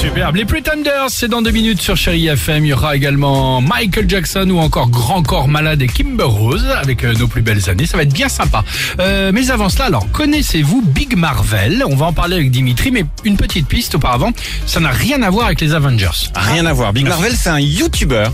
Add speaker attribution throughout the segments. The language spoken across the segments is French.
Speaker 1: Superbe. Les Pretenders, c'est dans deux minutes sur Chéri FM. Il y aura également Michael Jackson ou encore Grand Corps Malade et Kimber Rose avec euh, nos plus belles années. Ça va être bien sympa. Euh, mais avant cela, alors, connaissez-vous Big Marvel On va en parler avec Dimitri, mais une petite piste auparavant. Ça n'a rien à voir avec les Avengers.
Speaker 2: Rien à voir. Big Marvel, c'est un YouTuber.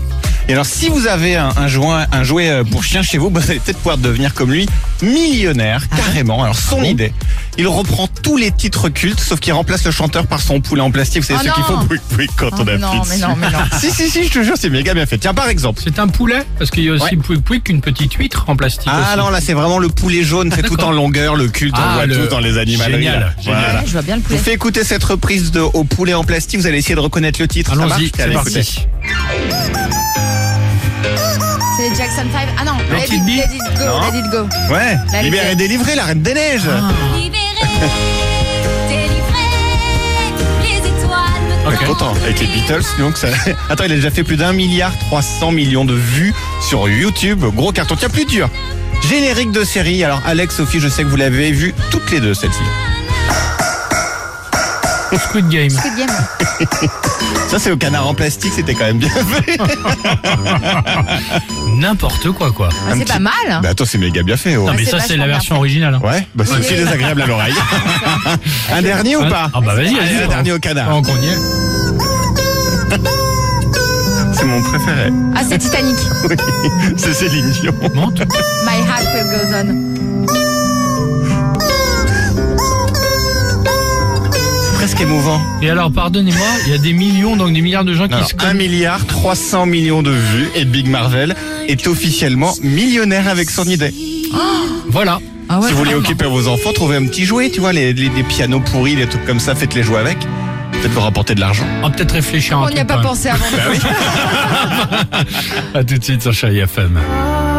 Speaker 2: Et alors, si vous avez un, un joint- un jouet euh, pour chien chez vous, bah, vous allez peut-être pouvoir devenir comme lui, millionnaire, carrément. Alors, son idée, il reprend tous les titres cultes, sauf qu'il remplace le chanteur par son poulet en plastique. Vous savez,
Speaker 3: Oh
Speaker 2: ce qu'il faut
Speaker 3: non.
Speaker 2: boui, boui, quand on appuie
Speaker 3: non, Ah, mais
Speaker 2: dessus.
Speaker 3: non, mais non.
Speaker 2: Si, si, si, Oh je te jure, c'est méga bien fait. Tiens, par exemple.
Speaker 1: C'est un poulet Parce qu'il y a aussi
Speaker 2: Ouais.
Speaker 1: Pouic Pouic, une petite huître en plastique.
Speaker 2: Ah
Speaker 1: aussi.
Speaker 2: non, là, c'est vraiment le poulet jaune, c'est tout en longueur, le culte,
Speaker 1: Ah,
Speaker 2: on voit
Speaker 1: le-
Speaker 2: tout dans les animaleries.
Speaker 1: Génial,
Speaker 2: là.
Speaker 1: génial.
Speaker 2: Voilà.
Speaker 3: Ouais, je vois bien le
Speaker 2: Je
Speaker 3: poulet.
Speaker 2: vous fais écouter cette reprise de Au poulet en plastique, vous allez essayer de reconnaître le titre. ça marche
Speaker 1: Allons-y, c'est
Speaker 2: Allez, écoutez.
Speaker 1: parti.
Speaker 3: C'est les Jackson 5. Ah non, let
Speaker 1: Let it
Speaker 3: it,
Speaker 1: be.
Speaker 3: let it go,
Speaker 2: Non.
Speaker 3: let it go.
Speaker 2: Ouais, libère
Speaker 3: La
Speaker 2: et
Speaker 3: liberté. Ah.
Speaker 2: délivrer la reine des neiges.
Speaker 4: Libéré, délivré, les étoiles me
Speaker 2: On est content. Avec les Beatles, donc ça. Attends, il a déjà fait plus d'un milliard 300 millions de vues sur YouTube. Gros carton. Tiens, plus dur. Générique de série. Alors, Alex, Sophie, je sais que vous l'avez vu toutes les deux, celle-ci.
Speaker 1: Squid Game.
Speaker 3: Squid Game.
Speaker 2: Ça, c'est au canard en plastique. C'était quand même bien fait.
Speaker 1: N'importe quoi, quoi.
Speaker 3: Ah, c'est
Speaker 2: petit-
Speaker 3: pas mal.
Speaker 2: Bah, attends, c'est méga bien fait. oh.
Speaker 1: Non, mais
Speaker 3: c'est
Speaker 1: ça, c'est
Speaker 3: vachement
Speaker 1: la
Speaker 3: bien
Speaker 1: version
Speaker 3: fait.
Speaker 1: originale. hein.
Speaker 2: Ouais, bah, c'est aussi désagréable à l'oreille. Un dernier ou pas
Speaker 1: Ah bah vas-y,
Speaker 2: Allez,
Speaker 1: vas-y.
Speaker 2: un dernier au canard.
Speaker 1: Tant qu'on y est.
Speaker 2: C'est mon préféré.
Speaker 3: Ah, c'est Titanic.
Speaker 2: Oui, c'est Céline Dion.
Speaker 1: Monte.
Speaker 3: My heart will go on.
Speaker 2: Presque émouvant.
Speaker 1: Et alors, pardonnez-moi, il y a des millions, donc des milliards de gens qui
Speaker 2: Alors,
Speaker 1: se
Speaker 2: 1
Speaker 1: connectent.
Speaker 2: milliard 300 millions de vues et Big Marvel est officiellement millionnaire avec son idée.
Speaker 1: Voilà.
Speaker 3: Ah ouais,
Speaker 2: Si vous voulez
Speaker 3: vraiment.
Speaker 2: occuper vos enfants, trouvez un petit jouet, tu vois, les, les- des pianos pourris, des trucs comme ça, faites-les jouer avec. Peut-être leur apporter de l'argent.
Speaker 1: On va Ah, peut-être réfléchir à un
Speaker 3: On
Speaker 1: truc
Speaker 3: n'y a
Speaker 1: quand
Speaker 3: pas
Speaker 1: même.
Speaker 3: pensé avant.
Speaker 1: À tout de suite sur Chérie FM.
Speaker 4: prend.